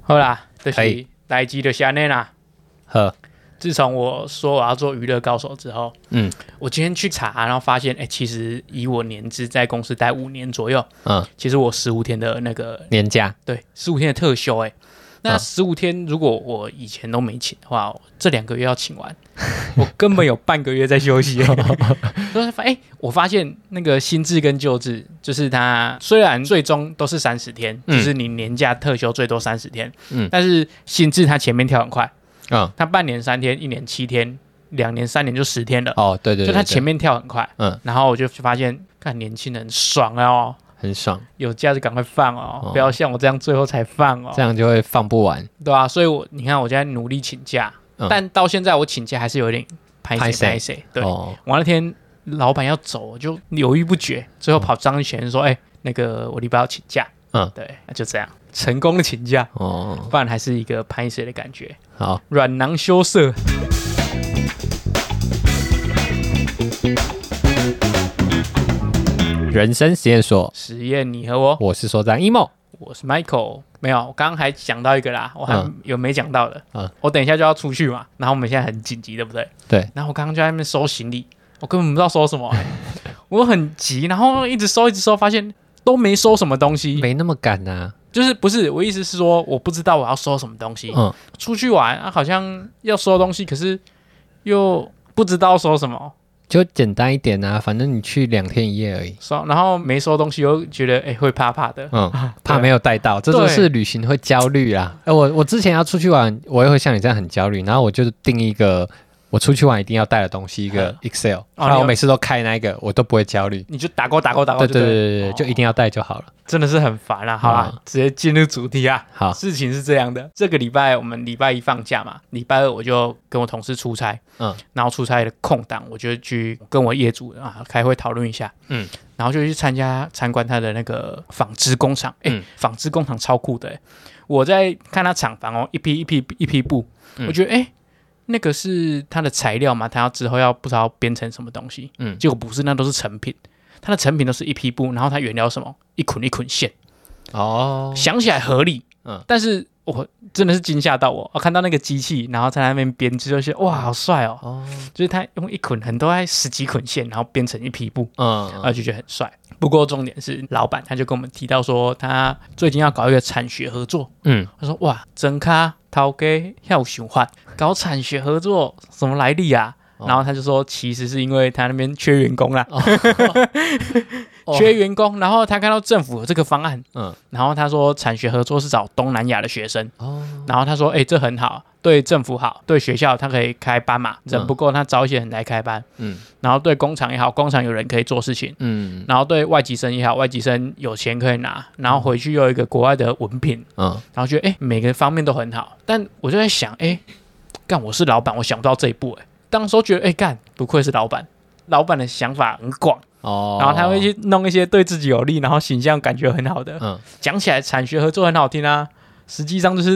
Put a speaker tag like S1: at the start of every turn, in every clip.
S1: 好啦，就
S2: 可
S1: 是
S2: 以
S1: 来集就是安尼啦。
S2: 呵，
S1: 自从我说我要做娱乐高手之后，
S2: 嗯
S1: 我今天去查，然后发现，哎、其实以我年资在公司待五年左右，
S2: 嗯，
S1: 其实我十五天的那个
S2: 年假，
S1: 对，十五天的特休、欸，哎，那
S2: 嗯
S1: 十五天如果我以前都没请的话，我这两个月要请 完，我根本有半个月在休息、欸。所以发哎、我发现那个新制跟旧制，就是它虽然最终都是三十天，
S2: 嗯
S1: 就是你年假特休最多三十天，
S2: 嗯
S1: 但是新制它前面跳很快，
S2: 嗯，
S1: 它半年三天，一年七天，两年三年就十天了，
S2: 哦，对对对，
S1: 就它
S2: 对
S1: 前面跳很快，
S2: 嗯
S1: 然后我就发现，看年轻人爽了哦。
S2: 很爽，
S1: 有假就赶快放哦，
S2: 哦
S1: 不要像我这样最后才放哦。
S2: 这样就会放不完，
S1: 对啊，所以我你看我现在努力请假，
S2: 嗯
S1: 但到现在我请假还是有点拍谁
S2: 拍谁
S1: 拍谁。对，
S2: 哦，
S1: 我那天老板要走，我就犹豫不决，最后跑张全说：“哎、那个我礼拜要请假。”
S2: 嗯
S1: 对，就这样成功的请假，
S2: 哦，
S1: 不然还是一个拍谁的感觉，
S2: 好，
S1: 软囊羞涩。
S2: 人生实验所，
S1: 实验你和我，
S2: 我是 E 所长 emo，
S1: 我是 Michael。没有，我刚刚还讲到一个啦，我还
S2: 嗯
S1: 有没讲到的。
S2: 嗯
S1: 我等一下就要出去嘛，然后我们现在很紧急，对不对？
S2: 对，
S1: 然后我刚刚就在那边收行李，我根本不知道收什么、 欸我很急，然后一直收一直收，发现都没收什么东西，
S2: 没那么赶啊呐，
S1: 就是不是我意思是说，我不知道我要收什么东西。
S2: 嗯，
S1: 出去玩啊，好像要收东西，可是又不知道收什么，
S2: 就简单一点啊，反正你去两天一夜而已，
S1: 收然后没收东西又觉得哎、欸会怕怕的，
S2: 嗯，怕没有带到，这
S1: 啊对
S2: 就是旅行会焦虑啦。哎，我我之前要出去玩，我也会像你这样很焦虑，然后我就定一个我出去玩一定要带的东西，一个 Excel，
S1: 哦
S2: 然后
S1: 你
S2: 我
S1: 有
S2: 每次都开那一个，我都不会焦虑。
S1: 你就打勾打勾打勾
S2: 对
S1: 就
S2: 对对
S1: 了，
S2: 对对，
S1: 哦
S2: 就一定要带就好了。
S1: 真的是很烦啊。好啦，
S2: 嗯
S1: 直接进入主题啊。
S2: 好，
S1: 事情是这样的，这个礼拜我们礼拜一放假嘛，礼拜二我就跟我同事出差，
S2: 嗯，
S1: 然后出差的空档，我就去跟我业主啊开会讨论一下，
S2: 嗯，
S1: 然后就去参加参观他的那个纺织工厂，哎、
S2: 嗯
S1: 纺织工厂超酷的、诶我在看他厂房哦，一批一批一批布，
S2: 嗯
S1: 我觉得哎、诶那个是它的材料嘛，它要之后要不知道编成什么东西，
S2: 嗯
S1: 结果不是，那都是成品，它的成品都是一批布，然后它原料是什么一捆一捆线。
S2: 哦，
S1: 想起来合理，
S2: 嗯
S1: 但是我真的是惊吓到我，我看到那个机器，然后在那边编织，就是哇，好帅哦！
S2: 哦，
S1: 就是他用一捆很多还十几捆线，然后编成一匹布，
S2: 嗯，
S1: 啊，就觉得很帅。不过重点是，老板他就跟我们提到说，他最近要搞一个产学合作。
S2: 嗯，
S1: 他说：“哇，真卡头给要循环，搞产学合作什么来历啊？”
S2: 哦
S1: 然后他就说，其实是因为他那边缺员工啦，
S2: 哦
S1: 缺员工。然后他看到政府有这个方案，
S2: 嗯，
S1: 然后他说产学合作是找东南亚的学生，
S2: 哦，
S1: 然后他说：“哎、这很好，对政府好，对学校他可以开班嘛，人不够他找一些人来开班，
S2: 嗯
S1: 然后对工厂也好，工厂有人可以做事情，
S2: 嗯
S1: 然后对外籍生也好，外籍生有钱可以拿，然后回去又有一个国外的文凭，
S2: 嗯，
S1: 然后觉得哎、每个方面都很好。但我就在想，哎、干我是老板，我想不到这一步、哎，当时候觉得哎、干不愧是老板，老板的想法很广，
S2: 哦，
S1: 然后他会，去弄一些对自己有利，然后形象感觉很好的，
S2: 嗯，
S1: 讲起来产学合作很好听啊，实际上就是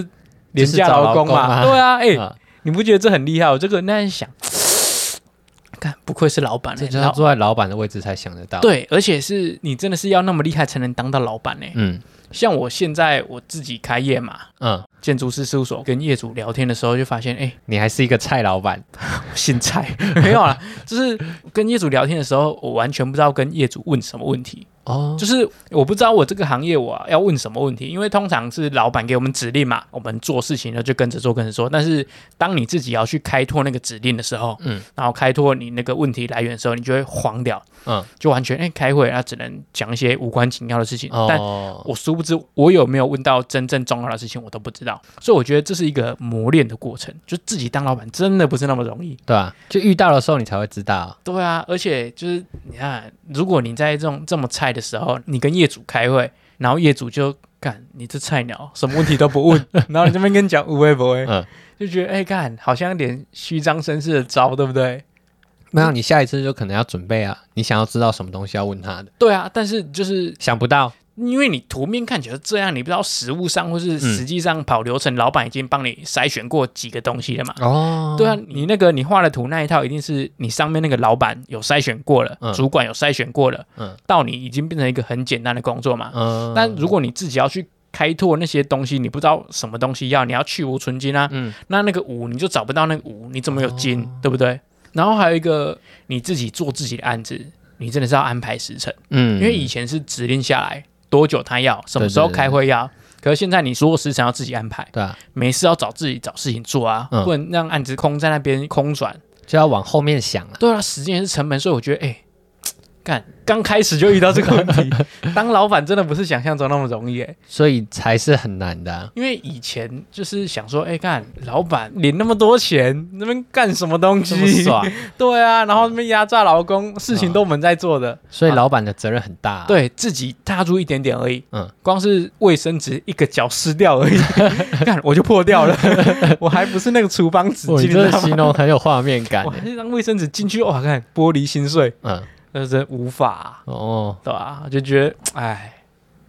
S1: 廉
S2: 就是
S1: 价
S2: 找
S1: 劳工嘛。
S2: 劳工啊
S1: 对 啊，哎、
S2: 嗯
S1: 你不觉得这很厉害？我这个那在 想，看不愧是老板、
S2: 这
S1: 欸，
S2: 就
S1: 老
S2: 要坐在老板的位置才想得到。，
S1: 对，而且是你真的是要那么厉害才能当到老板呢、
S2: 嗯
S1: 像我现在我自己开业嘛，
S2: 嗯，
S1: 建筑师事务所跟业主聊天的时候就发现，哎、
S2: 你还是一个菜老板。
S1: 我姓蔡， 没有啦，就是跟业主聊天的时候，我完全不知道跟业主问什么问题。
S2: 哦，
S1: 就是我不知道我这个行业我要问什么问题，因为通常是老板给我们指令嘛，我们做事情呢就跟着做跟着做。但是当你自己要去开拓那个指令的时候，
S2: 嗯，
S1: 然后开拓你那个问题来源的时候，你就会慌掉，
S2: 嗯，
S1: 就完全哎、开会，那只能讲一些无关紧要的事情。但
S2: 哦，
S1: 我殊不知我有没有问到真正重要的事情，我都不知道。所以我觉得这是一个磨练的过程，就自己当老板真的不是那么容易。
S2: 对啊，就遇到的时候你才会知道。
S1: 对啊，而且就是你看，如果你在这种这么菜的时候，你跟业主开会，然后业主就干你这菜鸟，什么问题都不 问，然后你这边跟你讲无微不微，
S2: 嗯
S1: 就觉得哎干、好像有点虚张声势的招，对不对？
S2: 没有，你下一次就可能要准备啊，你想要知道什么东西要问他的，
S1: 对啊，但是就是
S2: 想不到，
S1: 因为你图面看起来是这样，你不知道实物上或是实际上跑流程，老板已经帮你筛选过几个东西了嘛。
S2: 哦
S1: 对啊，，你那个你画的图那一套，一定是你上面那个老板有筛选过了，
S2: 嗯
S1: 主管有筛选过了，
S2: 嗯
S1: 到你已经变成一个很简单的工作嘛。
S2: 嗯
S1: 但如果你自己要去开拓那些东西，你不知道什么东西要，你要去无存金啊。
S2: 嗯，哦
S1: 那那个五你就找不到那个五，你怎么有金，对不对？然后还有一个你自己做自己的案子，你真的是要安排时辰，
S2: 嗯，
S1: 因为以前是指令下来多久他要，什么时候
S2: 对对对
S1: 开会要。可是现在你所有时辰要自己安排，
S2: 对啊，
S1: 没事要找自己找事情做啊，
S2: 嗯
S1: 不能让案子空在那边空转。
S2: 就要往后面想了。
S1: 对啊，时间也是成本，所以我觉得，哎、干刚开始就遇到这个问 题，当老板真的不是想象中那么容易哎、
S2: 所以才是很难的啊、
S1: 因为以前就是想说，哎、干老板领那么多钱，那边干什么东
S2: 这么
S1: 西？
S2: 爽，嗯
S1: 对啊，然后那边压榨劳工，事情都我们在做的，
S2: 所以老板的责任很大、，啊
S1: 对自己踏入一点点而已。
S2: 嗯
S1: 嗯，光是卫生纸一个角湿掉 而已，干我就破掉了， 我还不是那个厨房纸
S2: 我
S1: 巾，
S2: 你
S1: 你
S2: 这
S1: 知
S2: 个
S1: 道吗？
S2: 形容很有画面感
S1: 我
S2: 耶。
S1: 还是让卫生纸进去，哇，看玻璃心碎，
S2: 嗯，
S1: 那真无法啊、
S2: 哦，
S1: 对吧、我就觉得，哎，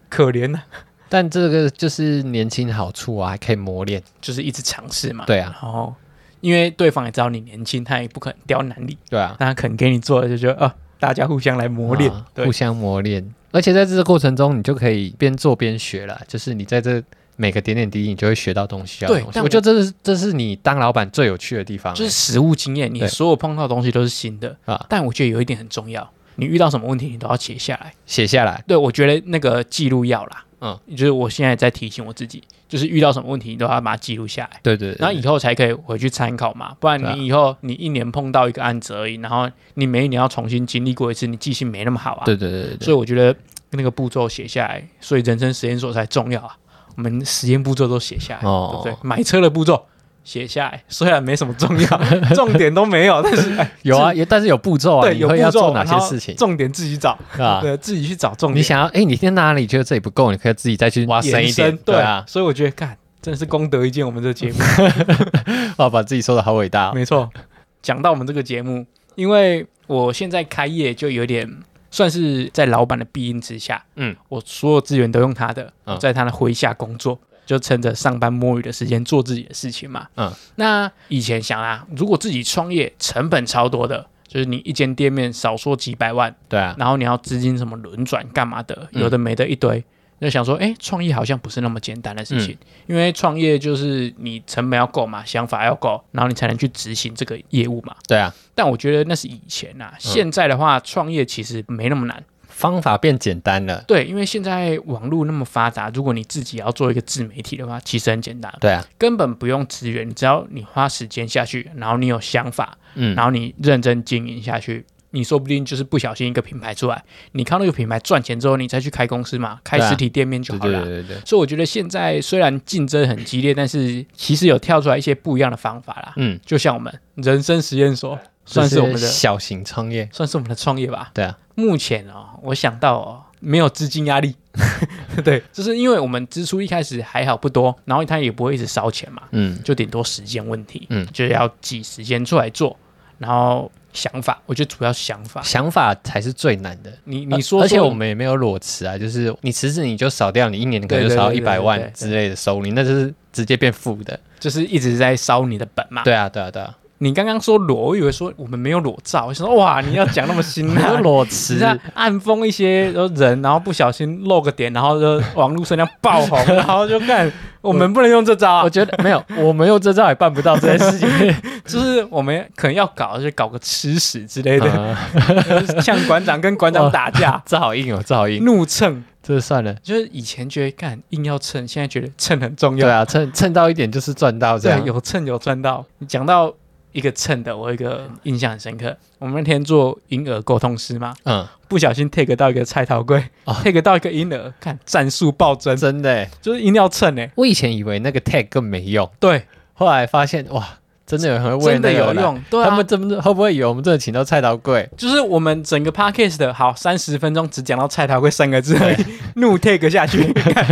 S1: 可怜啊呐、
S2: 但这个就是年轻好处啊，还可以磨练。
S1: 就是一直尝试嘛。
S2: 对啊，
S1: 然后因为对方也知道你年轻，他也不可能刁难你，
S2: 对啊，
S1: 那他肯给你做的，就觉得啊、大家互相来磨练，
S2: 啊
S1: 对
S2: 互，相磨练。而且在这个过程中，你就可以边做边学了，就是你在这每个点点滴滴，你就会学到东西啊。
S1: 对
S2: 东西
S1: 但
S2: 我觉得这是这是你当老板最有趣的地方欸、
S1: 就是实物经验，你
S2: 对
S1: 所有碰到的东西都是新的
S2: 啊
S1: 但我觉得有一点很重要，你遇到什么问题，你都要写下来。
S2: 写下来。
S1: 对，我觉得那个记录要啦。
S2: 嗯
S1: 嗯，就是我现在在提醒我自己，就是遇到什么问题，你都要把它记录下来。
S2: 对对对，
S1: 然后以后才可以回去参考嘛，不然
S2: 对啊
S1: 你以后你一年碰到一个案子而已，然后你每一年要重新经历过一次，你记性没那么好啊。
S2: 对对对对对
S1: 所以我觉得那个步骤写下来，所以人生实验所才重要啊。我们实验步骤都写下来，
S2: 哦
S1: 对不对？买车的步骤写下来，虽然没什么重 要，重点都没有，但是、哎
S2: 有啊，也但是有步骤啊，
S1: 对，
S2: 你
S1: 有
S2: 会
S1: 步
S2: 要
S1: 骤
S2: 做哪些
S1: 然后
S2: 事情
S1: 重点自己找，
S2: 啊？
S1: 对，自己去找重点。
S2: 你想要，哎，你在哪里觉得这里不够，你可以自己再去挖深
S1: 延
S2: 一点
S1: 伸，对
S2: 啊，
S1: 所以我觉得干真的是功德一件，我们这个节目。
S2: 哇，啊把自己说的好伟大哦，
S1: 没错，讲到我们这个节目，因为我现在开业就有点算是在老板的庇荫之下，
S2: 嗯
S1: 嗯，我所有资源都用他的，
S2: 嗯
S1: 我在他的麾下工作。就趁着上班摸鱼的时间做自己的事情嘛。
S2: 嗯
S1: 嗯，那以前想啊，如果自己创业，成本超多的，就是你一间店面少说几百万，
S2: 对啊，
S1: 然后你要资金什么轮转干嘛的，
S2: 嗯
S1: 有的没的一堆。就想说，哎、创业好像不是那么简单的事情，因为创业就是你成本要够嘛，想法要够，然后你才能去执行这个业务嘛。
S2: 对啊，
S1: 但我觉得那是以前啊，现在的话，创业其实没那么难。
S2: 方法变简单了，
S1: 对，因为现在网络那么发达，如果你自己要做一个自媒体的话，其实很简单，
S2: 对啊，
S1: 根本不用资源，你只要你花时间下去，然后你有想法，
S2: 嗯，
S1: 然后你认真经营下去，你说不定就是不小心一个品牌出来，你靠那个品牌赚钱之后，你再去开公司嘛，开
S2: 对啊
S1: 实体店面就
S2: 对
S1: 好了啊。
S2: 对对对对，
S1: 所以我觉得现在虽然竞争很激烈，但是其实有跳出来一些不一样的方法啦。
S2: 嗯，
S1: 就像我们人生实验所，算是
S2: 这
S1: 我们的，
S2: 小型创 业，
S1: 算是我们的创业吧。
S2: 对啊，
S1: 目前哦，我想到哦，没有资金压力， 对，就是因为我们支出一开始还好不多，然后它也不会一直烧钱嘛，
S2: 嗯，
S1: 就顶多时间问题，
S2: 嗯
S1: 嗯，就是要挤时间出来做，然后想法，我觉得主要是想法。
S2: 想法才是最难的。
S1: 你你说，
S2: 呃而且我们也没有裸辞啊，就是你辞职你就少掉，你一年可能就少一
S1: 对对对
S2: 百
S1: 对对
S2: 万
S1: 对
S2: 之类的收入，那就是直接变负的。
S1: 就是一直在烧你的本嘛。
S2: 对啊，对啊，对啊，
S1: 你刚刚说裸，我以为说我们没有裸照，我想说哇，你要讲那么辛
S2: 我就
S1: 辣。
S2: 裸
S1: 只
S2: 辞
S1: 是，暗封一些人，然后不小心露个点，然后就网络声量爆 红，然后就看 我们不能用这招啊
S2: 我，觉得没有，我没有这招也办不到这件事情。
S1: 就是我们可能要搞就搞个吃屎之类的，
S2: 啊
S1: 像馆长跟馆长打 架，
S2: 这好硬哦，这好 硬，
S1: 怒蹭。
S2: 这算了。
S1: 就是以前觉得干硬要蹭，现在觉得蹭很重要
S2: 对。啊，蹭蹭到一点就是赚到这
S1: 对，啊
S2: 样。
S1: 有蹭有赚到。你讲到一个蹭的，我有一个印象很深刻。我们那天做婴儿沟通师嘛，
S2: 嗯，
S1: 不小心 take 到一个菜桃龟、
S2: 哦
S1: t a k e 到一个婴儿，看战术暴增，
S2: 真的欸，
S1: 就是一定要蹭哎、
S2: 我以前以为那个 tag 更没用，
S1: 对，
S2: 后来发现哇，真的有人会为
S1: 真的
S2: 那个
S1: 有
S2: 来。
S1: 用。对
S2: 他
S1: 啊
S2: 们，真的会不会以为我们真的请到菜刀贵？
S1: 就是我们整个 podcast 的好三十分钟只讲到菜桃龟三个字而已， 怒 take 下 去，看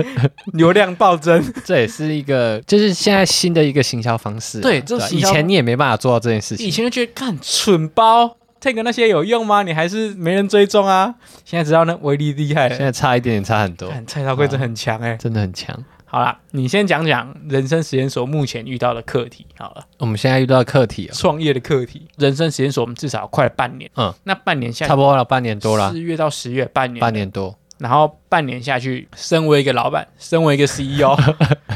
S1: 流量暴增。
S2: 这也是一个， 就是现在新的一个行销方式啊。
S1: 对这
S2: 吧
S1: 行
S2: 以
S1: 销
S2: 前你也没办法做到这件事
S1: 以
S2: 情。
S1: 前就觉得看蠢包 take 那些有用吗？你还是没人追踪啊。现在知道那威力厉害了，
S2: 现在啊差一点点，差很多，
S1: 看菜桃龟真的很强哎、
S2: 真的很强。
S1: 好啦，你先讲讲人生实验所目前遇到的课题好了，
S2: 我们现在遇到的课题哦，
S1: 创业的课题。人生实验所我们至少快了半年，
S2: 嗯
S1: 嗯，那半年下
S2: 差不多了，半年多了，
S1: 四月到十月半年，
S2: 半，年多。
S1: 然后半年下去，身为一个老板，身为一个 CEO，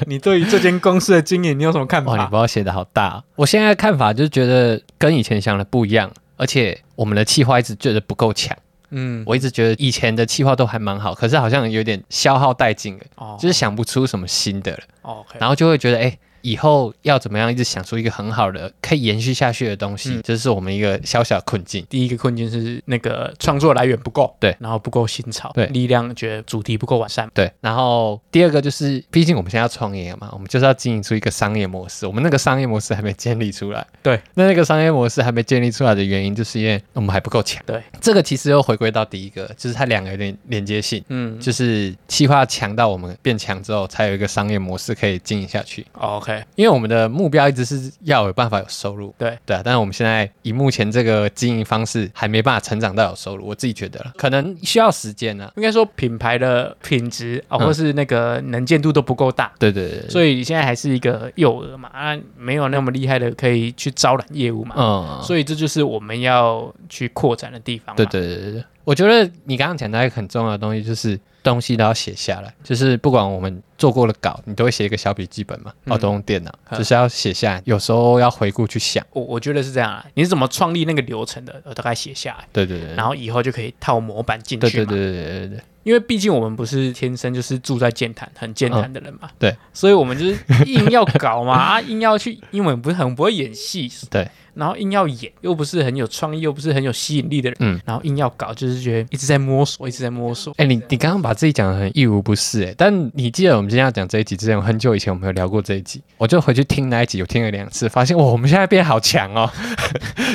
S1: 你对于这间公司的经哦营你有什么看
S2: 哇，你
S1: 法？
S2: 包写的好大哦！我现在的看法就是觉得跟以前想的不一样，而且我们的企划一直觉得不够强。
S1: 嗯，
S2: 我一直觉得以前的企划都还蛮好，可是好像有点消耗殆尽了，
S1: 哦，
S2: 就是想不出什么新的了。
S1: 哦，OK，
S2: 然后就会觉得，哎、以后要怎么样一直想出一个很好的可以延续下去的东西，
S1: 嗯
S2: 这是我们一个小小的困境。
S1: 第一个困境是那个创作来源不够，
S2: 对
S1: 然后不够新潮，
S2: 对
S1: 力量觉得主题不够完善，
S2: 对，然后第二个就是，毕竟我们现在要创业嘛，我们就是要经营出一个商业模式。我们那个商业模式还没建立出来。
S1: 对，
S2: 那那个商业模式还没建立出来的原因，就是因为我们还不够强。
S1: 对，
S2: 这个其实又回归到第一个，就是它两个有点连接性，
S1: 嗯
S2: 就是企划强到我们变强之后，才有一个商业模式可以经营下去。
S1: 哦，OK，
S2: 因为我们的目标一直是要有办法有收入，
S1: 对
S2: 对啊，但是我们现在以目前这个经营方式，还没办法成长到有收入，我自己觉得了，可能需要时间啊。
S1: 应该说品牌的品质啊、
S2: 嗯
S1: 或是那个能见度都不够大。
S2: 对对对对，
S1: 所以现在还是一个幼儿嘛，啊，没有那么厉害的可以去招揽业务嘛，
S2: 嗯，
S1: 所以这就是我们要去扩展的地方嘛。
S2: 对对对对对，我觉得你刚刚讲到一个很重要的东西，就是东西都要写下来，就是不管我们做过的稿，你都会写一个小笔记本嘛，
S1: 嗯
S2: 哦，都用电脑，
S1: 嗯
S2: 就是要写下来，有时候要回顾去想。
S1: 我我觉得是这样啊。你是怎么创立那个流程的？我呃大概写下来，
S2: 对对对，
S1: 然后以后就可以套模板进去
S2: 对
S1: 嘛。
S2: 对对对对对对对，
S1: 因为毕竟我们不是天生就是住在健谈、很健谈的人嘛，
S2: 嗯对，
S1: 所以我们就是硬要搞嘛， 啊，硬要去，因为我们不是很不会演戏，
S2: 对，
S1: 然后硬要演，又不是很有创意，又不是很有吸引力的人，
S2: 嗯。
S1: 然后硬要搞，就是觉得一直在摸索，一直在摸索。
S2: 哎、你你刚刚把自己讲的很一无不是哎、但你记得我们今天要讲这一集之前，我很久以前我们有聊过这一集，我就回去听那一集，我听了两次，发现哇，我们现在变好强哦，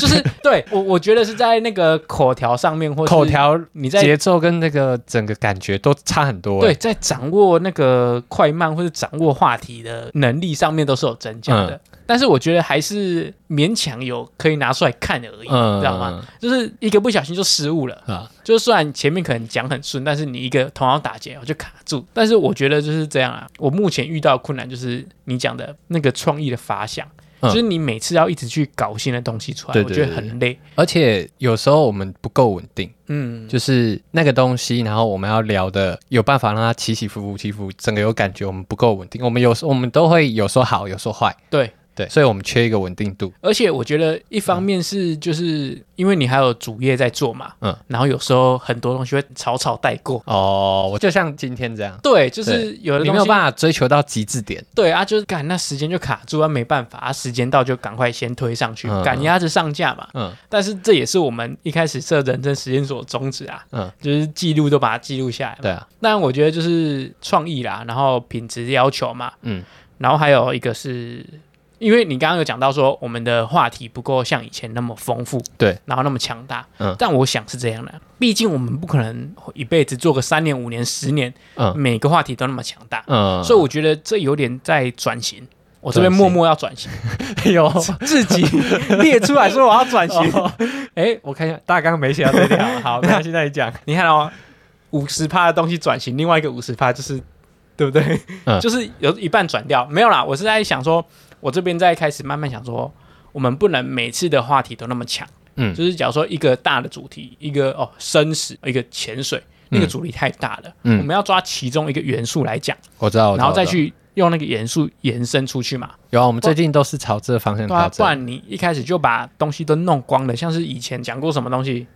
S1: 就是对我，我觉得是在那个口条上面，或是
S2: 口条
S1: 你在
S2: 节奏跟那个整个感觉都差很多、欸。
S1: 对，在掌握那个快慢或者掌握话题的能力上面都是有增加的。
S2: 嗯
S1: 但是我觉得还是勉强有可以拿出来看而已，
S2: 嗯，嗯，
S1: 知道吗？就是一个不小心就失误了，
S2: 啊，
S1: 就是虽然前面可能讲很顺，但是你一个同行打结我就卡住。但是我觉得就是这样啊，我目前遇到的困难就是你讲的那个创意的发想，
S2: 嗯
S1: 就是你每次要一直去搞新的东西出来，
S2: 对对
S1: 我觉得
S2: 对
S1: 很累。
S2: 而且有时候我们不够稳定，
S1: 嗯，
S2: 就是那个东西，然后我们要聊的有办法让它起起伏伏、起伏，整个有感觉，我们不够稳定。我们有时我们都会有时候好，有时候坏，
S1: 对。
S2: 对，所以我们缺一个稳定度。
S1: 而且我觉得一方面是就是因为你还有主业在做嘛，
S2: 嗯
S1: 嗯，然后有时候很多东西会草草带过。
S2: 哦，我就像今天这样，
S1: 对，就是有的
S2: 你
S1: 东
S2: 没
S1: 西
S2: 有办法追求到极致点。
S1: 对啊，就是赶那时间就卡住啊，没办法啊，时间到就赶快先推上去，
S2: 嗯
S1: 赶鸭子上架嘛。
S2: 嗯
S1: 但是这也是我们一开始设人生实验所的宗旨啊，
S2: 嗯，
S1: 就是记录都把它记录下来嘛。
S2: 对啊，
S1: 但我觉得就是创意啦，然后品质要求嘛，
S2: 嗯，
S1: 然后还有一个是，因为你刚刚有讲到说我们的话题不够像以前那么丰富，
S2: 对，
S1: 然后那么强大，
S2: 嗯
S1: 但我想是这样的，毕竟我们不可能一辈子做个三年、五年、十年，
S2: 嗯
S1: 每个话题都那么强大，
S2: 嗯，
S1: 所以我觉得这有点在转型。我这边
S2: 转型
S1: 默默要 转型，
S2: 以有
S1: 自己列出来说我要转 型。
S2: 哎，我看一下大纲没写到这
S1: 啊
S2: 条，好，那现在讲，
S1: 你看哦，五十趴的东西转型，另外一个五十趴就是，对不对？
S2: 嗯
S1: 就是有一半转掉，没有啦。我是在想说，我这边在开始慢慢想说，我们不能每次的话题都那么强。
S2: 嗯
S1: 就是假如说一个大的主题，一个哦生死，一个潜水，那个主题太大了，
S2: 嗯
S1: 我们要抓其中一个元素来讲，
S2: 我知道，我知道
S1: 然后再。
S2: 我知道
S1: 去用那个元素延伸出去嘛。
S2: 有啊，我们最近都是朝这个方向
S1: 对啊
S2: 调，
S1: 不
S2: 整。
S1: 然你一开始就把东西都弄光了，像是以前讲过什么东西，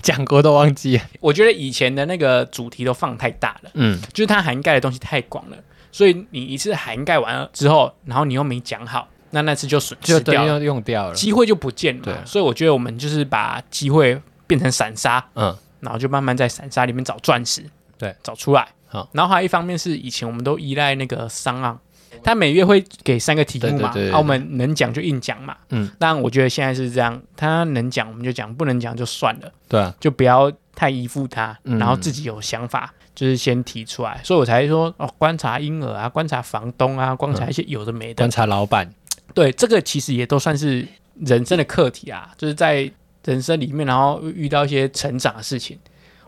S2: 讲过都 忘记了。
S1: 我觉得以前的那个主题都放太大了。
S2: 嗯
S1: 就是它涵盖的东西太广了，所以你一次涵盖完了之后，然后你又没讲好，那那次就损
S2: 就
S1: 失
S2: 对，
S1: 掉了，
S2: 用用掉了。
S1: 机会就不见了
S2: 对
S1: 嘛。所以我觉得我们就是把机会变成散沙，
S2: 嗯，
S1: 然后就慢慢在散沙里面找钻石，
S2: 对，
S1: 找出来。
S2: 好，
S1: 然后还有一方面是以前我们都依赖那个商案。他每月会给三个题目嘛，
S2: 对对对对
S1: 啊我们能讲就硬讲嘛。
S2: 嗯，
S1: 当然我觉得现在是这样，他能讲我们就讲，不能讲就算了。
S2: 对啊，
S1: 就不要太依附他，
S2: 嗯
S1: 然后自己有想法，就是先提出来。所以我才说哦，观察婴儿啊，观察房东啊，观察一些有的没的。
S2: 观察老板。
S1: 对，这个其实也都算是人生的课题啊，就是在人生里面，然后遇到一些成长的事情。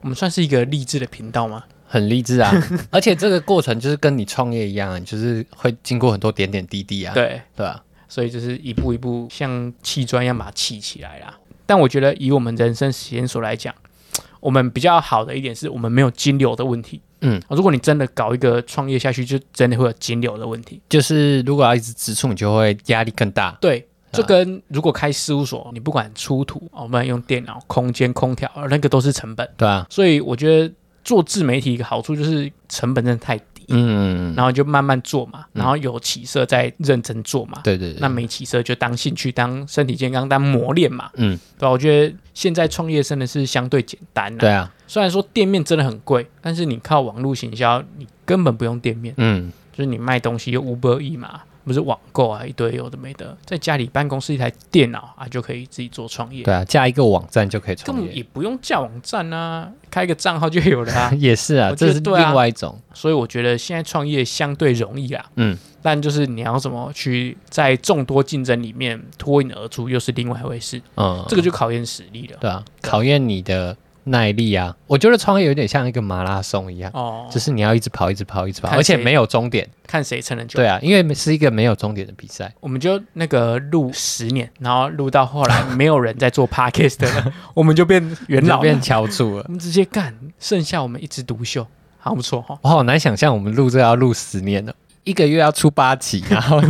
S1: 我们算是一个励志的频道吗？
S2: 很励志 啊！而且这个过程就是跟你创业一样啊，你就是会经过很多点点滴滴啊，
S1: 对，
S2: 对吧、
S1: 所以就是一步一步像砌砖一样把它砌起来啦。但我觉得以我们人生实验所来讲，我们比较好的一点是我们没有金流的问题。
S2: 嗯，
S1: 如果你真的搞一个创业下去，就真的会有金流的问题。
S2: 就是如果要一直吃醋，你就会压力更大。
S1: 对，这跟如果开事务所，你不管出图，哦我们用电脑、空间、空调，那个都是成本。
S2: 对啊，
S1: 所以我觉得做自媒体一个好处就是成本真的太低，
S2: 嗯，
S1: 然后就慢慢做嘛，然后有起色再认真做嘛。
S2: 对对对，
S1: 那没起色就当兴趣、当身体健康、当磨练嘛，
S2: 嗯，
S1: 对吧、我觉得现在创业真的是相对简单、啊，
S2: 对啊，
S1: 虽然说店面真的很贵，但是你靠网络行销，你根本不用店面，
S2: 嗯，
S1: 就是你卖东西有 Uber E 嘛，不是网购啊，一堆有的没的，在家里办公室一台电脑啊，就可以自己做创业，
S2: 对啊，架一个网站就可以
S1: 根
S2: 创
S1: 本
S2: 业，。
S1: 也不用架网站啊，开个账号就有了啊
S2: 也是啊，
S1: 我觉得
S2: 这是
S1: 对啊
S2: 另外一种，
S1: 所以我觉得现在创业相对容易啊，
S2: 嗯，
S1: 但就是你要怎么去在众多竞争里面脱颖而出，又是另外一回事，
S2: 嗯，
S1: 这个就考验实力了。
S2: 对啊，考验你的耐力啊。我觉得创业有点像一个马拉松一样，
S1: 哦，
S2: 就是你要一直跑，一直跑，一直跑，
S1: 看
S2: 而且
S1: 谁
S2: 没有终点。
S1: 看谁撑得久。
S2: 对啊，因为是一个没有终点的比赛。
S1: 我们就那个录十年，然后录到后来没有人在做 podcast 了，我们就变元
S2: 就
S1: 老
S2: 变
S1: 了，
S2: 翘楚了
S1: 我。们直接干，剩下我们一枝独秀，好不错哈、
S2: 我好难想象我们录这个要录十年了，一个月要出八 集，然后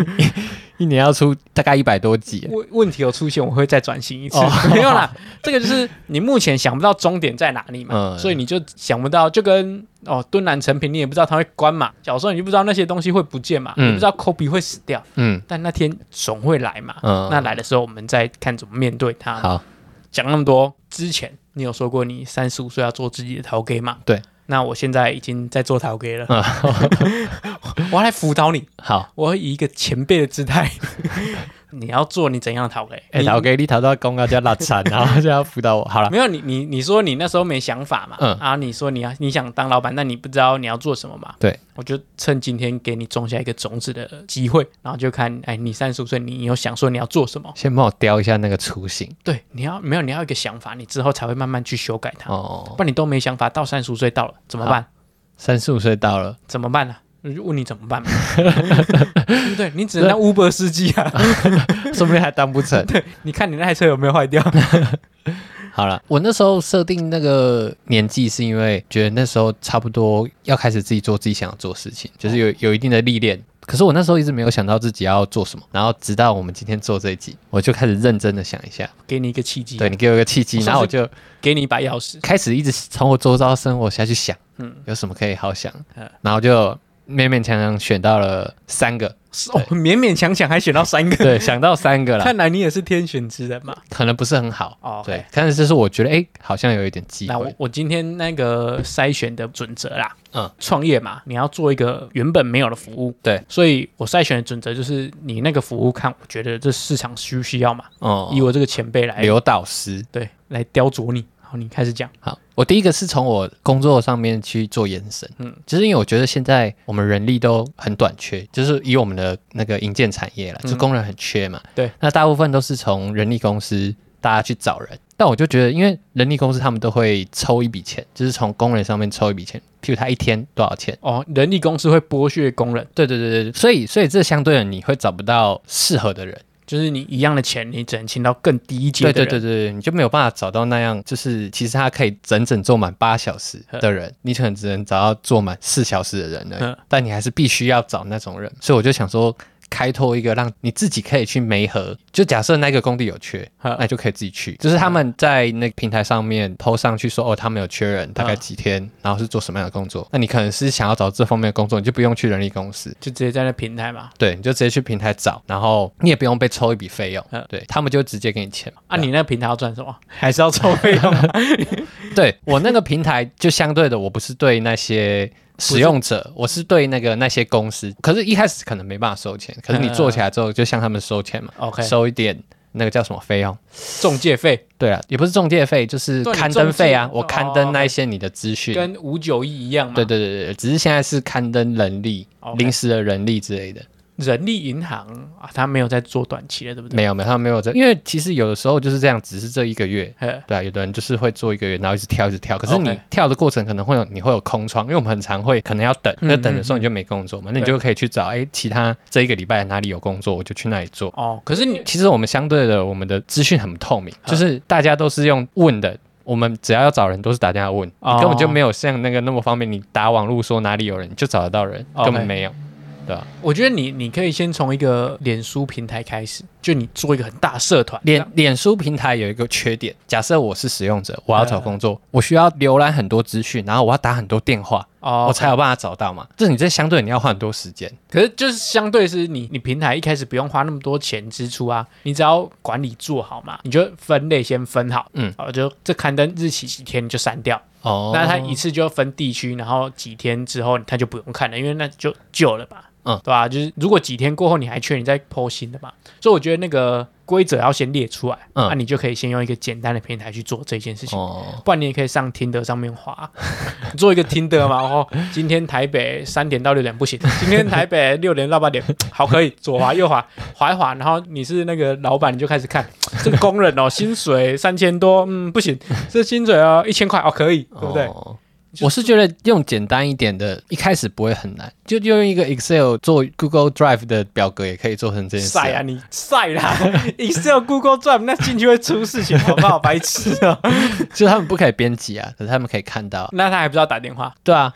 S2: 一年要出大概一百多集。
S1: 问问题有出现，我会再转型一次。
S2: 哦
S1: 没有啦，这个就是你目前想不到终点在哪里嘛，
S2: 嗯
S1: 所以你就想不到，就跟哦敦南成品，你也不知道它会关嘛，小时候你就不知道那些东西会不见嘛，
S2: 嗯
S1: 你不知道 Kobe 会死掉，
S2: 嗯
S1: 但那天总会来嘛。
S2: 嗯，
S1: 那来的时候，我们再看怎么面对它。
S2: 好，
S1: 讲那么多之前，你有说过你三十五岁要做自己的陶给嘛？
S2: 对。
S1: 那我现在已经在做陶给了，
S2: 嗯
S1: 我要来辅导你，
S2: 好。
S1: 我会以一个前辈的姿态， 你要做你怎样的陶给？
S2: 哎，
S1: 你
S2: 老给你头到公告叫拉 惨，然后就要辅导我。好了，
S1: 没有你你你说你那时候没想法嘛？
S2: 啊嗯
S1: 啊，你说你要你想当老板，但你不知道你要做什么嘛？
S2: 对，
S1: 我就趁今天给你种下一个种子的机会，然后就看，哎，你三十五岁，你有想说你要做什么？
S2: 先帮我雕一下那个雏形
S1: 对，你要没有你要有一个想法，你之后才会慢慢去修改它。
S2: 哦。
S1: 不然你都没想法，到三十五岁到了怎么办？
S2: 三十五岁到了，
S1: 怎么办呢、我就问你怎么 办嘛，对不对？你只能当 Uber 司机啊！
S2: 说不定还当不成。
S1: 你看你那台车有没有坏掉？
S2: 好了，我那时候设定那个年纪，是因为觉得那时候差不多要开始自己做自己想要做的事情，就是
S1: 嗯
S2: 有有一定的历练。可是我那时候一直没有想到自己要做什么，然后直到我们今天做这一集，我就开始认真的想一下。
S1: 给你一个契机，
S2: 对你给我一个契机，
S1: 嗯我上次
S2: 然后我就
S1: 给你一把钥匙。
S2: 开始一直从我周遭生活下去想，嗯
S1: 嗯，
S2: 有什么可以好想
S1: 嗯，
S2: 然后就勉勉强强选到了三 个，
S1: 哦，勉勉强强还选到三个，
S2: 对，想到三个了，
S1: 看来你也是天选之人嘛。
S2: 可能不是很好，
S1: 哦，
S2: 对，，但是就是我觉得哎，好像有一点机
S1: 那我
S2: 会，
S1: 我今天那个筛选的准则啦，
S2: 嗯
S1: 嗯，创业嘛，你要做一个原本没有的服务，
S2: 对，
S1: 所以我筛选的准则就是你那个服务看，我觉得这市场需不需要嘛？
S2: 哦
S1: 以，我这哎个前辈来，
S2: 刘导师，
S1: 对，来雕琢你。好，你开始讲。
S2: 好，我第一个是从我工作上面去做延伸，嗯
S1: 嗯，
S2: 就是因为我觉得现在我们人力都很短缺，就是以我们的那个营建产业啦，就
S1: 嗯
S2: 工人很缺嘛，
S1: 对，
S2: 那大部分都是从人力公司大家去找人，但我就觉得，因为人力公司他们都会抽一笔钱，就是从工人上面抽一笔钱，譬如他一天多少钱。
S1: 哦，人力公司会剥削工人，
S2: 对对对对，所以所以这相对的你会找不到适合的人，
S1: 就是你一样的钱，你只能请到更低阶
S2: 对
S1: 的
S2: 对
S1: 人。
S2: 对
S1: 对，
S2: 对，你就没有办法找到那样，就是其实他可以整整做满八小时的人，你可能只能找到做满四小时的人而已
S1: 嗯。
S2: 但你还是必须要找那种人，所以我就想说，开拓一个让你自己可以去媒合。就假设那个工地有缺，
S1: 嗯
S2: 那你就可以自己去。就是他们在那个平台上面 PO 上去说，哦，他们有缺人，
S1: 嗯
S2: 大概几天，然后是做什么样的工作。那你可能是想要找这方面的工作，你就不用去人力公司。
S1: 就直接在那平台嘛。
S2: 对，你就直接去平台找，然后你也不用被抽一笔费用，
S1: 嗯
S2: 对他们就直接给你钱嘛
S1: 啊，你那个平台要赚什么？还是要抽费用吗？
S2: 对我那个平台，就相对的，我不是对那些使用者，我是对那个那些公司。可是，一开始可能没办法收钱，可是你做起来之后，就向他们收钱嘛
S1: 嗯 OK
S2: 收一点那个叫什么费用？
S1: 中介费
S2: 对啊，也不是中介费，就是
S1: 对你
S2: 刊登费啊，
S1: 中介哦
S2: 我刊登那一些你的资讯。
S1: 跟五九一一样嘛？
S2: 嗯对对对对，只是现在是刊登人力、
S1: OK
S2: 临时的人力之类的，
S1: 人力银行啊，他没有在做短期的，对不对？
S2: 没有没有，他们没有这，因为其实有的时候就是这样，只是这一个月，
S1: 嘿
S2: 对啊，有的人就是会做一个月，然后一直跳，一直跳。可是你
S1: OK
S2: 跳的过程可能会有你会有空窗，因为我们很常会可能要等，
S1: 嗯
S2: 那等的时候你就没工作嘛，那你
S1: 对
S2: 就可以去找哎，其他这一个礼拜哪里有工作，我就去那里做。
S1: 哦，可是你
S2: 其实我们相对的，我们的资讯很不透明，
S1: 嗯
S2: 就是大家都是用问的。我们只要要找人都是打电话问，
S1: 哦
S2: 你根本就没有像那个那么方便，你打网络说哪里有人你就找得到人，
S1: OK
S2: 根本没有。
S1: 我觉得你你可以先从一个脸书平台开始，就你做一个很大社团，
S2: 脸脸书平台有一个缺点，假设我是使用者，我要
S1: 嗯
S2: 找工作，我需要浏览很多资讯，然后我要打很多电话，
S1: 哦，
S2: 我才有办法找到嘛。这你这相对你要花很多时间，
S1: 可是就是相对是你，你平台一开始不用花那么多钱支出啊，你只要管理做好嘛，你就分类先分好，
S2: 嗯
S1: 好就这刊登日期几天你就删掉，
S2: 哦
S1: 那它一次就分地区，然后几天之后它就不用看了，因为那就旧了吧，
S2: 嗯
S1: 对吧、就是如果几天过后你还缺，你再剖新的嘛，所以我觉得那个规则要先列出来，那、
S2: 嗯
S1: 你就可以先用一个简单的平台去做这件事情。
S2: 哦，
S1: 不然你也可以上听德上面滑， 你做一个听德嘛。然后今天台北三点到六点不行，今天台北六点到八点好可以，左滑右滑滑一滑。然后你是那个老板，你就开始看这个工人哦，薪水三千多，嗯不行，这薪水哦一千块哦可以，对不对？
S2: 哦我是觉得用简单一点的，一开始不会很难，就就用一个 Excel 做 Google Drive 的表格也可以做成这件事、
S1: 晒啊，你晒啦 ！Excel、Google Drive 那进去会出事情，好不好？白痴哦！
S2: 就他们不可以编辑啊，可是他们可以看到，
S1: 那他还不知道打电话，
S2: 对啊。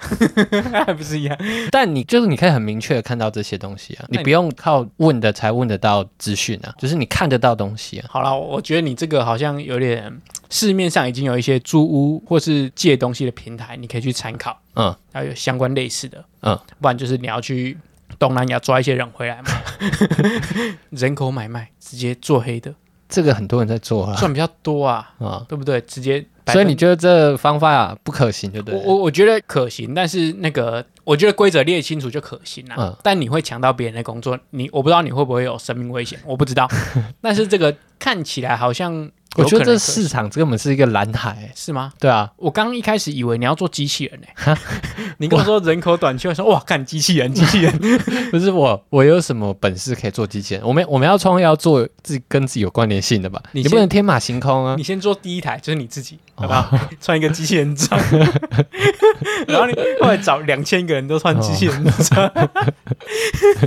S1: 那还不是一样？
S2: 但你就是你可以很明确的看到这些东西啊，
S1: 那你
S2: 你不用靠问的才问得到资讯啊，就是你看得到东西啊。
S1: 好了，我觉得你这个好像有点市面上已经有一些租屋或是借东西的平台，你可以去参考，
S2: 嗯，
S1: 还有相关类似的，
S2: 嗯，
S1: 不然就是你要去东南亚抓一些人回来 嘛，人口买卖直接做黑的，
S2: 这个很多人在做啊，
S1: 赚比较多啊，
S2: 啊、
S1: 对不对？直接百
S2: 所
S1: 分，
S2: 以你觉得这方法、不可行，对不
S1: 我
S2: 对？
S1: 我我觉得可行，但是那个我觉得规则列清楚就可行啦、
S2: 嗯
S1: 但你会抢到别人的工作，你我不知道你会不会有生命危险，我不知 道，但是这个看起来好像有
S2: 我觉得
S1: 可能
S2: 这
S1: 可
S2: 市场根本是一个蓝海、欸
S1: 是吗？
S2: 对啊，
S1: 我刚一开始以为你要做机器人呢、 你跟我说人口短缺，我说哇，干机 器人，机器人，
S2: 不是我，我有什么本事可以做机器人？我们我们要创业要做自己跟自己有关联性的吧？
S1: 你
S2: 你
S1: 先
S2: 不能天马行空啊
S1: 你！先做第一台，就是你自己，好不好？穿一个机器人 装，然后你后来找两千个人都穿机器人装，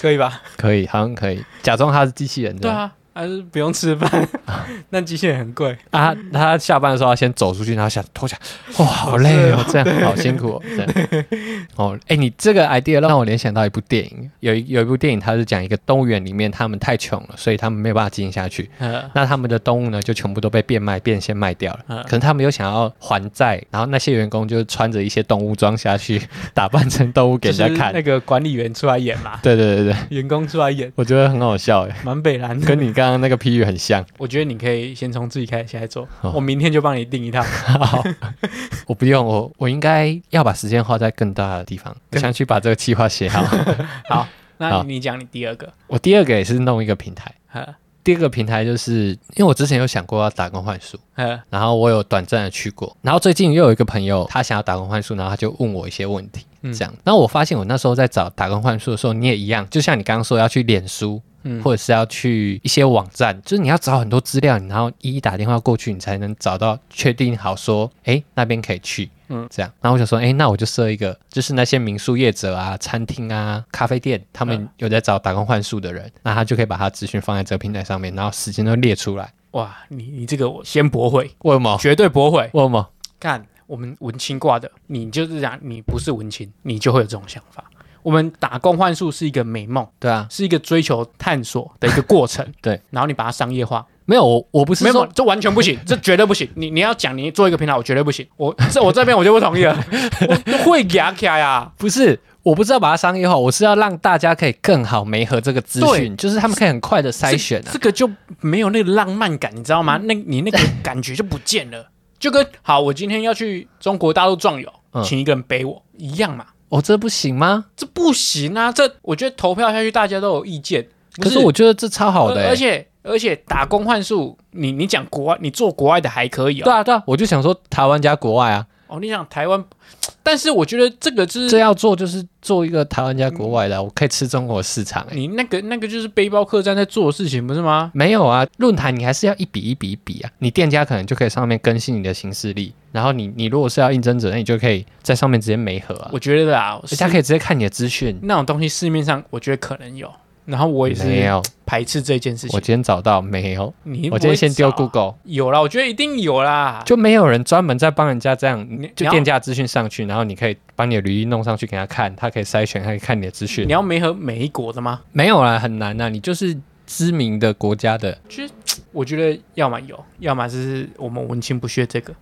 S1: 可以吧？
S2: 可以，好像可以假装他是机器人
S1: 对
S2: 的
S1: 啊，还是不用吃饭，但机器人很贵。
S2: 啊。他下班的时候要先走出去，然后想脱下，哇，好累哦，
S1: 啊
S2: 这样好辛苦哦，这样。 哦，哎，你这个 idea 让我联想到一部电影，有一有一部电影，它是讲一个动物园里面他们太穷了，所以他们没有办法经营下去。
S1: 呃，
S2: 那他们的动物呢，就全部都被变卖、变现卖掉了。
S1: 嗯
S2: 可能他们又想要还债，然后那些员工就穿着一些动物装下去，打扮成动物给人家
S1: 就是
S2: 看。
S1: 那个管理员出来演嘛，
S2: 对对对对，
S1: 员工出来 演，
S2: 我觉得很好笑哎，
S1: 蛮北蓝的。
S2: 跟你刚刚那个譬喻很像。
S1: 我觉得你可以先从自己开始现在做，
S2: 好
S1: 我明天就帮你订一套。
S2: 好，我不用，我我应该要把时间花在更大的地方，我想去把这个计划写好。
S1: 好，那
S2: 好
S1: 你讲你第二个。呃
S2: 我第二个也是弄一个平台，
S1: 呵
S2: 第二个平台就是因为我之前有想过要打工换宿，
S1: 呵
S2: 然后我有短暂的去过，然后最近又有一个朋友他想要打工换宿，然后他就问我一些问题，
S1: 嗯
S2: 这样。那我发现我那时候在找打工换宿的时候，你也一样，就像你刚刚说要去脸书，
S1: 嗯
S2: 或者是要去一些网站，就是你要找很多资料，然后一一打电话过去，你才能找到确定好说，哎，那边可以去。
S1: 嗯
S2: 嗯，这样，然后我想说，哎，那我就设一个，就是那些民宿业者啊、餐厅啊、咖啡店，他
S1: 嗯
S2: 们有在找打工换宿的人，那他就可以把他资讯放在这个平台上面，然后时间都列出来。
S1: 哇，你你这个我先驳回，
S2: 为什么？
S1: 绝对驳回。
S2: 为什么？
S1: 看我们文青挂的，你就是讲你不是文青，你就会有这种想法。我们打工换宿是一个美梦，
S2: 对啊，
S1: 是一个追求探索的一个过程。
S2: 对，
S1: 然后你把它商业化，
S2: 没有，我我不是
S1: 没有，
S2: 说
S1: 这完全不行，这绝对不行。你你要讲你做一个平台，我绝对不行。我这我这边我就不同意了， 我会牙卡呀。
S2: 不是，我不是要把它商业化，我是要让大家可以更好媒合这个资讯，就是他们可以很快的筛选
S1: 这
S2: 啊。嗯
S1: 这个就没有那个浪漫感，你知道吗？那你那个感觉就不见了，就跟好，我今天要去中国大陆壮游，
S2: 嗯
S1: 请一个人背我一样嘛，
S2: 哦，这不行吗？
S1: 这不行啊！这我觉得投票下去大家都有意见，不呃
S2: 可是我觉得这超好的、
S1: 而
S2: 欸
S1: 而。且而且打工换宿，你你讲国外，你做国外的还可以
S2: 对
S1: 哦，
S2: 啊，对啊，我就想说台湾加国外啊，
S1: 哦，你想台湾，但是我觉得这个就是
S2: 这要做就是做一个台湾加国外的啊、我可以吃中国市场、欸。
S1: 你那个那个就是背包客栈在做的事情，不是吗？
S2: 没有啊，论坛你还是要一笔一笔一笔啊，你店家可能就可以上面更新你的行事历，然后你你如果是要应征者，那你就可以在上面直接媒合啊，
S1: 我觉得啊，
S2: 人家可以直接看你的资讯。
S1: 那种东西市面上我觉得可能有，然后我也
S2: 没
S1: 是
S2: 有，
S1: 排斥这件事
S2: 我
S1: 情。
S2: 今天找到没有，
S1: 你
S2: 我今天先丢
S1: 不会找啊
S2: Google，
S1: 有啦，我觉得一定有啦。
S2: 就没有人专门在帮人家这样
S1: 你，
S2: 就
S1: 你要
S2: 店家资讯上去，然后你可以把你的履历弄上去给他看，他可以筛选，他可以看你的资讯
S1: 你。要没和美国的吗？
S2: 没有啦，很难呐、啊你就是知名的国家的，
S1: 我觉得要么有，要么是我们文青不屑 这个，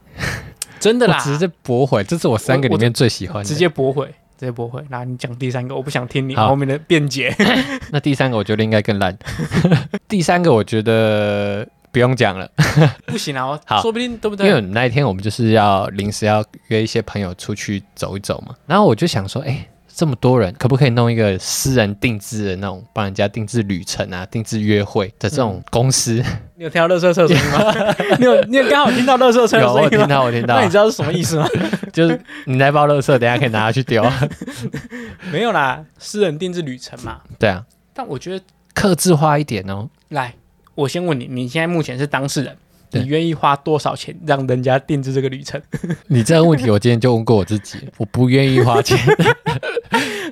S1: 真的
S2: 我
S1: 啦，
S2: 直接驳回，这是我三个里面最喜欢的。
S1: 直接驳回，直接驳回。那你讲第三个，我不想听你
S2: 好
S1: 后面的辩 解。
S2: 那第三个我觉得应该更烂。 第三个我觉得不用讲了，
S1: 不行啊，
S2: 好
S1: 说不定对不
S2: 因为
S1: 对
S2: 我？们那一天我们就是要临时要约一些朋友出去走一走嘛，然后我就想说，哎、这么多人，可不可以弄一个私人定制的那种，帮人家定制旅程啊、定制约会的
S1: 嗯
S2: 这种公 司？
S1: 你有听到乐色车的声音吗？ 你有你有刚好听到乐色车的
S2: 有，我
S1: 声音
S2: 听
S1: 吗？
S2: 到，我听到
S1: 那你，知道是什么意思吗？
S2: 就是你那包垃圾，等一下可以拿它去丢。
S1: 没有啦，私人定制旅程嘛。
S2: 对啊，
S1: 但我觉得，
S2: 克制化一点哦。
S1: 来，我先问你，你现在目前是当事人，
S2: 对
S1: 你愿意花多少钱让人家定制这个旅程？
S2: 你这个问题，我今天就问过我自己，我不愿意花钱。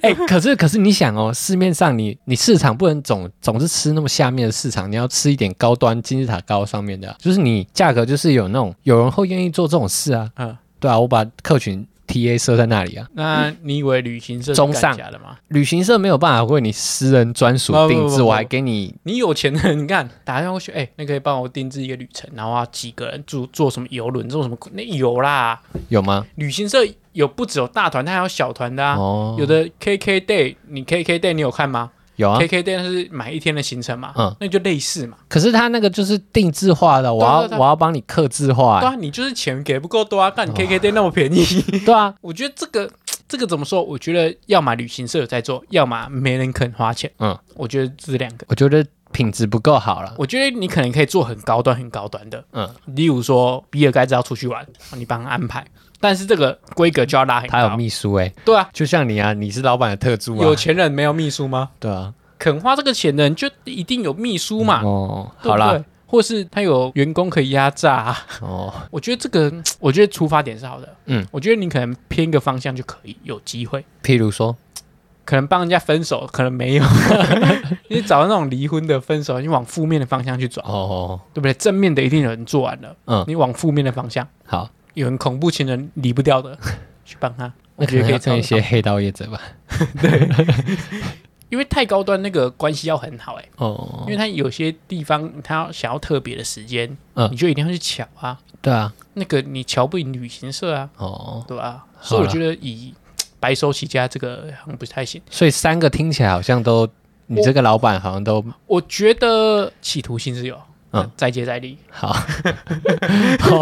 S2: 哎、可是可是你想哦，市面上你你市场不能总总是吃那么下面的市场，你要吃一点高端金字塔高上面的啊、就是你价格就是有那种有人会愿意做这种事啊。
S1: 嗯
S2: 嗯，对啊，我把客群 TA 设在那里啊。
S1: 那你以为旅行社是
S2: 中上
S1: 干假的吗？
S2: 旅行社没有办法为你私人专属
S1: 啊不不
S2: 定
S1: 不
S2: 制，
S1: 不
S2: 我还给你
S1: 你有钱的人，你看打电话过去，哎、那可以帮我定制一个旅程，然后啊几个人住坐什么游轮，坐什么那有啦。
S2: 有吗？
S1: 旅行社有不只有大团，它还有小团的啊。
S2: 哦，
S1: 有的 KK day，你 KK day 你有看吗、
S2: 有啊
S1: k。k day 那是买一天的行程嘛，
S2: 嗯
S1: 那就类似嘛。
S2: 可是他那个就是定制化的，我
S1: 对啊
S2: 要
S1: 对对
S2: 我要帮你刻制化、
S1: 对
S2: 欸
S1: 啊，你就是钱给不够多啊，干 KK day 那么便宜，
S2: 对啊，
S1: 我觉得这个这个怎么说？我觉得要么旅行社有在做，要么没人肯花钱。
S2: 嗯，
S1: 我觉得这两个，
S2: 我觉得品质不够好了。
S1: 我觉得你可能可以做很高端、很高端的，
S2: 嗯，
S1: 例如说比尔盖茨要出去玩，哦你帮他安排，但是这个规格就要拉很
S2: 他有
S1: 高。
S2: 秘书哎、
S1: 对啊，
S2: 就像你啊，你是老板的特助啊，
S1: 有钱人没有秘书吗？
S2: 对啊，
S1: 肯花这个钱的人就一定有秘书嘛，
S2: 哦，
S1: 对不
S2: 好啦，
S1: 对或是他有员工可以压榨、啊，
S2: 哦，
S1: 我觉得这个，我觉得出发点是好的，
S2: 嗯，
S1: 我觉得你可能偏一个方向就可以有机会，
S2: 譬如说，
S1: 可能帮人家分手，可能 没有，你找那种离婚的分手，你往负面的方向去转，
S2: 哦，
S1: 对不对？正面的一定有人做完了，
S2: 嗯
S1: 你往负面的方向，
S2: 好，
S1: 有人恐怖情人离不掉 的，去帮他，我
S2: 那
S1: 觉
S2: 可
S1: 得可以
S2: 能要跟一
S1: 找
S2: 些
S1: 到，
S2: 黑道业者吧。
S1: 因为太高端那个关系要很好哎、欸
S2: 哦
S1: 因，为他有些地方他要想要特别的时间，
S2: 嗯
S1: 你就一定要去抢啊，
S2: 对啊，
S1: 那个你瞧不赢旅行社啊，
S2: 哦，
S1: 对吧？所
S2: 好啦
S1: 以我觉得以白手起家这个好像不太行。
S2: 所以三个听起来好像都，你这个老板好像都
S1: 我觉得企图心是有，
S2: 嗯
S1: 嗯，再接再厉。哦
S2: 好，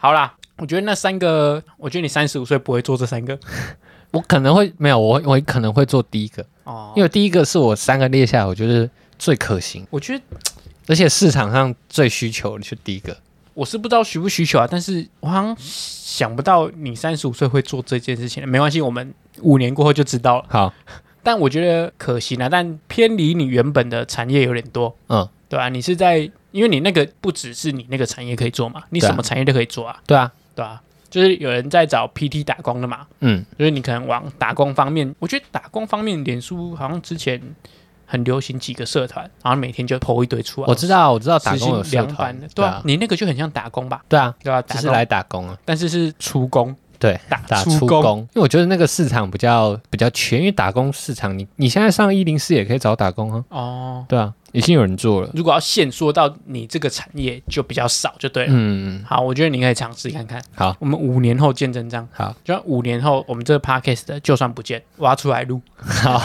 S1: 好啦，我觉得那三个，我觉得你三十五岁不会做这三个
S2: 我可能会没有，我我可能会做第一个，
S1: 哦，
S2: 因为第一个是我三个列下来，我觉得最可行，
S1: 我觉得
S2: 而且市场上最需求的就第一个。
S1: 我是不知道需不需求啊，但是我好像想不到你三十五岁会做这件事情。没关系，我们五年过后就知道了。
S2: 好，
S1: 但我觉得可惜啦，但偏离你原本的产业有点多，
S2: 嗯，
S1: 对啊，你是在，因为你那个不只是你那个产业可以做嘛，你
S2: 对啊
S1: 什么产业都可以做啊，
S2: 对啊，
S1: 对啊，就是有人在找 PT 打工的嘛，
S2: 嗯，
S1: 就是你可能往打工方面，我觉得打工方面，脸书好像之前很流行几个社团，然后每天就投一堆出来。
S2: 我知道，我知道
S1: 时
S2: 打
S1: 薪
S2: 工有社
S1: 200
S2: 团
S1: 的，，对
S2: 对
S1: 啊
S2: 啊，，
S1: 你那个就很像打工吧，
S2: 对啊，
S1: 对吧、打工
S2: 只是来，打工啊，
S1: 但是是出工，
S2: 对，
S1: 打
S2: 打
S1: 出
S2: 出工，因为我觉得那个市场比较比较缺，因为打工市场，你你现在上一零四也可以找打工啊，
S1: 哦。
S2: 对啊，已经有人做了，
S1: 如果要限缩到你这个产业，就比较少，就对了。
S2: 嗯，
S1: 好，我觉得你可以尝试看看。
S2: 好，
S1: 我们五年后见真章。
S2: 好，
S1: 就像五年后我们这个 podcast 的就算不见，挖出来录，
S2: 好，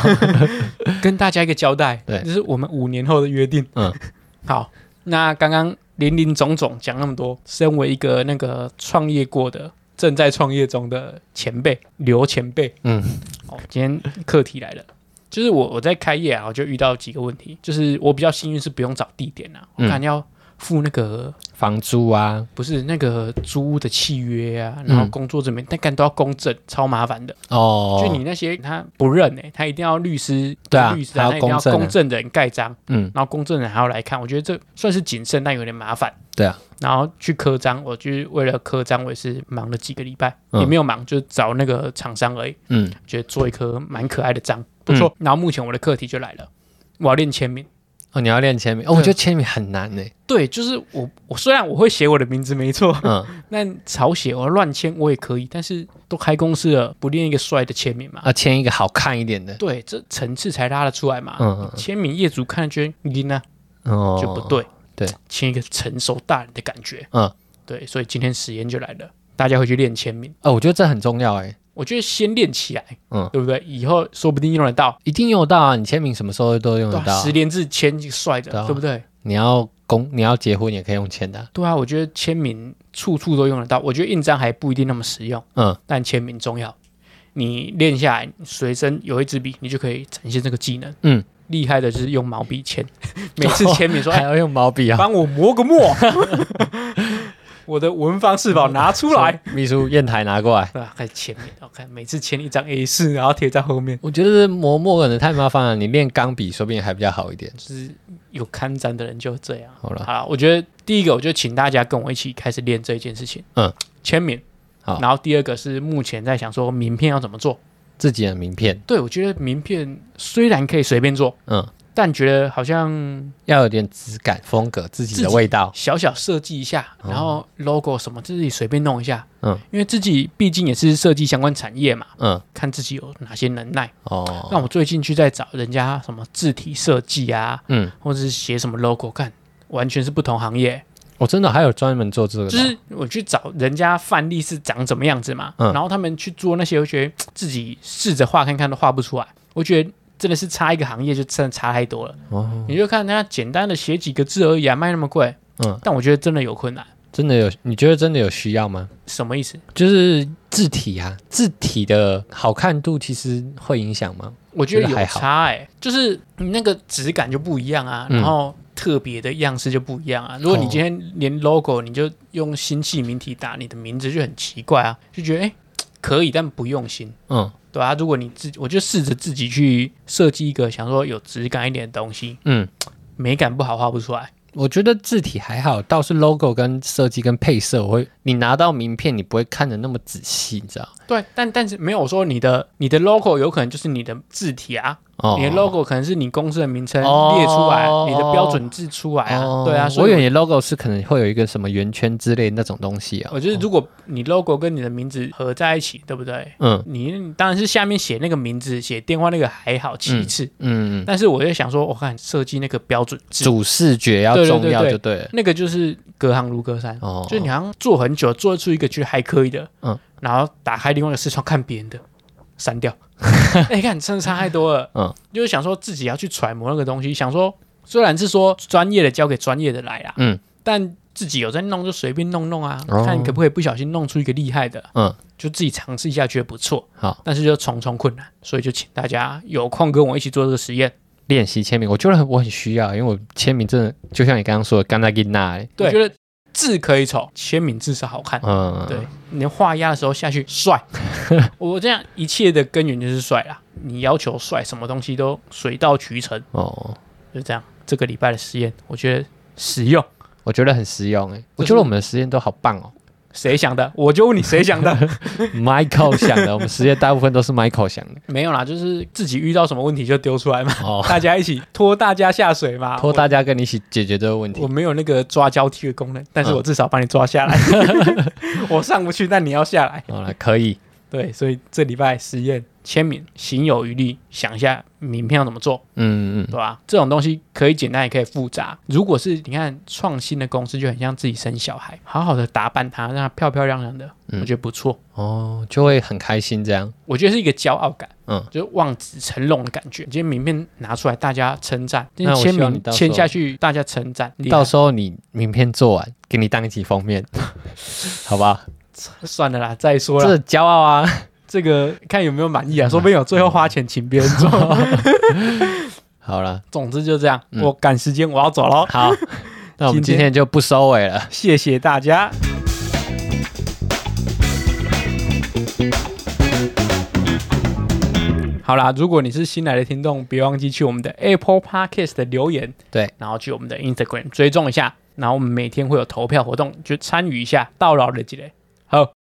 S1: 跟大家一个交代，
S2: 对
S1: 这是我们五年后的约定。
S2: 嗯，
S1: 好，那刚刚林林总总讲那么多，身为一个那个创业过的、正在创业中的前辈刘前辈，
S2: 嗯，
S1: 哦，今天课题来了。就是我我在开业啊，我就遇到几个问题，就是我比较幸运是不用找地点啊，我
S2: 嗯
S1: 看要付那个
S2: 房租啊，
S1: 不是那个租屋的契约啊，然后
S2: 嗯
S1: 工作证明，但干都要公证，超麻烦的。
S2: 哦，
S1: 就你那些他不认哎、他一定要律师，
S2: 对啊
S1: 律师啊，
S2: 还要
S1: 他一定要
S2: 公证啊
S1: 公证人盖章，
S2: 嗯，
S1: 然后公证人还要来看，我觉得这算是谨慎，但有点麻烦。
S2: 对啊，
S1: 然后去刻章，我就是为了刻章，我也是忙了几个礼拜，
S2: 嗯
S1: 也没有忙，就是找那个厂商而已，
S2: 嗯，
S1: 觉得做一颗蛮可爱的章，不错。然后目前我的课题就来了，我要练签名。
S2: 哦，你要练签名哦，我
S1: 对
S2: 觉得签名很难呢。
S1: 对，就是我，我虽然我会写我的名字没错，
S2: 嗯，
S1: 那草写我乱签我也可以，但是都开公司了，不练一个帅的签名嘛？
S2: 要签一个好看一点的。
S1: 对，这层次才拉得出来嘛。
S2: 嗯
S1: 签名业主看了觉得你呢
S2: 嗯哦，
S1: 啊就不对，
S2: 对，
S1: 签一个成熟大人的感觉。
S2: 嗯，
S1: 对，所以今天实验就来了，大家回去练签名。
S2: 哦，我觉得这很重要哎，
S1: 我觉得先练起来，
S2: 嗯
S1: 对不对？以后说不定用得到。
S2: 一定用得到啊！你签名什么时候都用得
S1: 对
S2: 到
S1: 啊，
S2: 啊
S1: 十。连字签就帅的，
S2: 对啊
S1: 对不对？
S2: 你要公，你要结婚也可以用签的啊。
S1: 对啊，我觉得签名处处都用得到。我觉得印章还不一定那么实用，
S2: 嗯，
S1: 但签名重要。你练下来，你随身有一支笔，你就可以展现这个技能。
S2: 嗯，
S1: 厉害的就是用毛笔签， 每次签名 说：“
S2: 还
S1: 哎，
S2: 要用毛笔啊。
S1: 帮我磨个墨。” 我的文房四宝拿出 来，
S2: 秘书砚台拿过来。
S1: 对啊，开始签名。我看每次签一张 A 四， 然后贴在后面，
S2: 我觉得磨墨可能太麻烦了，你练钢笔说不定还比较好一点。
S1: 就是有看展的人就这样。
S2: 好了，
S1: 好啦，我觉得第一个，我就请大家跟我一起开始练这一件事情。
S2: 嗯，
S1: 签名。
S2: 好
S1: 然后第二个是目前在想说名片要怎么做。
S2: 自己的名片，
S1: 对，我觉得名片虽然可以随便做，
S2: 嗯，
S1: 但觉得好像
S2: 要有点质感、风格、自己
S1: 自
S2: 的
S1: 己
S2: 味道。
S1: 小小设计一下，然后 logo 什么自己随便弄一下。
S2: 哦嗯，
S1: 因为自己毕竟也是设计相关产业嘛，
S2: 嗯，
S1: 看自己有哪些能耐。
S2: 哦，
S1: 那我最近去在找人家什么字体设计啊，
S2: 嗯，
S1: 或者是写什么 logo，看完全是不同行业。
S2: 我哦真的还有专门做这个的哦，
S1: 就是我去找人家范例是长怎么样子嘛，
S2: 嗯
S1: 然后他们去做那些，我觉得自己试着画看看都画不出来，我觉得。真的是差一个行业就真的差太多了，
S2: 哦，
S1: 你就看人家简单的写几个字而已啊，卖那么贵，
S2: 嗯，
S1: 但我觉得真的有困难，
S2: 真的有？你觉得真的有需要吗？
S1: 什么意思？
S2: 就是字体啊，字体的好看度其实会影响吗？
S1: 我觉得
S2: 觉得
S1: 有
S2: 还好
S1: 差哎、就是你那个质感就不一样啊，
S2: 嗯
S1: 然后特别的样式就不一样啊。如果你
S2: 哦
S1: 今天连 logo 你就用新气名体打你的名字就很奇怪啊，就觉得哎、可以，但不用心。
S2: 嗯
S1: 对啊，如果你自己，我就试着自己去设计一个想说有质感一点的东西，
S2: 嗯，
S1: 美感不好画不出来。
S2: 我觉得字体还好，倒是 logo 跟设计跟配色，我会你拿到名片，你不会看的那么仔细，你知道？
S1: 对，但但是没有说你的你的 logo 有可能就是你的字体啊，
S2: 哦
S1: 你的 logo 可能是你公司的名称
S2: 哦
S1: 列出来，你的标准字出来啊，
S2: 哦
S1: 对啊，
S2: 我
S1: 所
S2: 以
S1: 以
S2: 为
S1: 我
S2: 你 logo 是可能会有一个什么圆圈之类那种东西啊、
S1: 我觉得如果你 logo 跟你的名字合在一起，对不对？
S2: 嗯
S1: 你你当然是下面写那个名字，写电话那个还好其次，
S2: 嗯，
S1: 但是我就想说，我看设计那个标准字，
S2: 主视觉要
S1: 对对
S2: 重要
S1: 对
S2: 就对了。
S1: 那个就是隔行如隔山。
S2: 哦，
S1: 就你好像做很久，做出一个觉得还可以的，嗯
S2: 嗯，
S1: 然后打开另外一个视窗看别人的，删 掉。哎、你看，真的差太多了。嗯
S2: 嗯，
S1: 就是想说自己要去揣摩那个东西，想说虽然是说专业的交给专业的来啦，嗯
S2: 嗯，
S1: 但自己有在弄就随便弄弄啊，
S2: 哦
S1: 看可不可以不小心弄出一个厉害的，嗯
S2: 嗯，
S1: 就自己尝试一下觉得不错，
S2: 好
S1: 但是就重重困难，所以就请大家有空跟我一起做这个实验。
S2: 练习签名，我觉得很我很需要，因为我签名真的就像你刚刚说的，干那给那，
S1: 我觉得字可以丑，签名至少好看。
S2: 嗯，
S1: 对，，你画押的时候下去 帅，我这样一切的根源就是帅啦。你要求帅，什么东西都水到渠成，
S2: 哦，
S1: 就这样。这个礼拜的实验，我觉得实用。
S2: 我觉得很实用诶，我觉得我们的实验都好棒哦。
S1: 谁想的？我就问你，谁想 的？
S2: Michael 想的，我 们实验大部分都是 Michael 想的。
S1: 没有啦，就是自己遇到什么问题就丢出来嘛，
S2: 哦，
S1: 大家一起拖大家下水 嘛。
S2: 托大家跟你一起解决这个问
S1: 我，
S2: 题
S1: 我。没有那个抓交替的功能，但是
S2: 嗯
S1: 我至少把你抓 下来。我上不去，但你要下来。
S2: 好了，可以，
S1: 对，所以这礼拜实验签名，行有余力，想一下名片要怎么做。
S2: 嗯嗯
S1: 对吧、这种东西可以简单，也可以复杂。如果是你看创新的公司，就很像自己生小孩，好好的打扮他，让他漂漂亮亮的，
S2: 嗯
S1: 我觉得不错。
S2: 哦，就会很开心这样。
S1: 我觉得是一个骄傲感，
S2: 嗯，
S1: 就是望子成龙的感觉。今天名片拿出来，大家称赞；今
S2: 那
S1: 天
S2: 我希
S1: 签
S2: 望你
S1: 名
S2: 到时候
S1: 签下去，大家称赞。厉害
S2: 到时候你名片做完，给你当一集封 面，好吧？
S1: 哎算了啦，再说了，
S2: 这嗯骄傲啊！
S1: 这个看有没有满意啊？说不定有最后花钱请别人 做。
S2: 好了，
S1: 总之就这样，
S2: 嗯
S1: 我赶时间，我要走了。
S2: 好，那我们
S1: 今天
S2: 今天就不收尾了。
S1: 谢谢大家。好啦，如果你是新来的听众，别忘记去我们的 Apple Podcast 的留言，
S2: 对，
S1: 然后去我们的 Instagram 追踪一下，然后我们每天会有投票活动，就参与一下，到老了几嘞。好，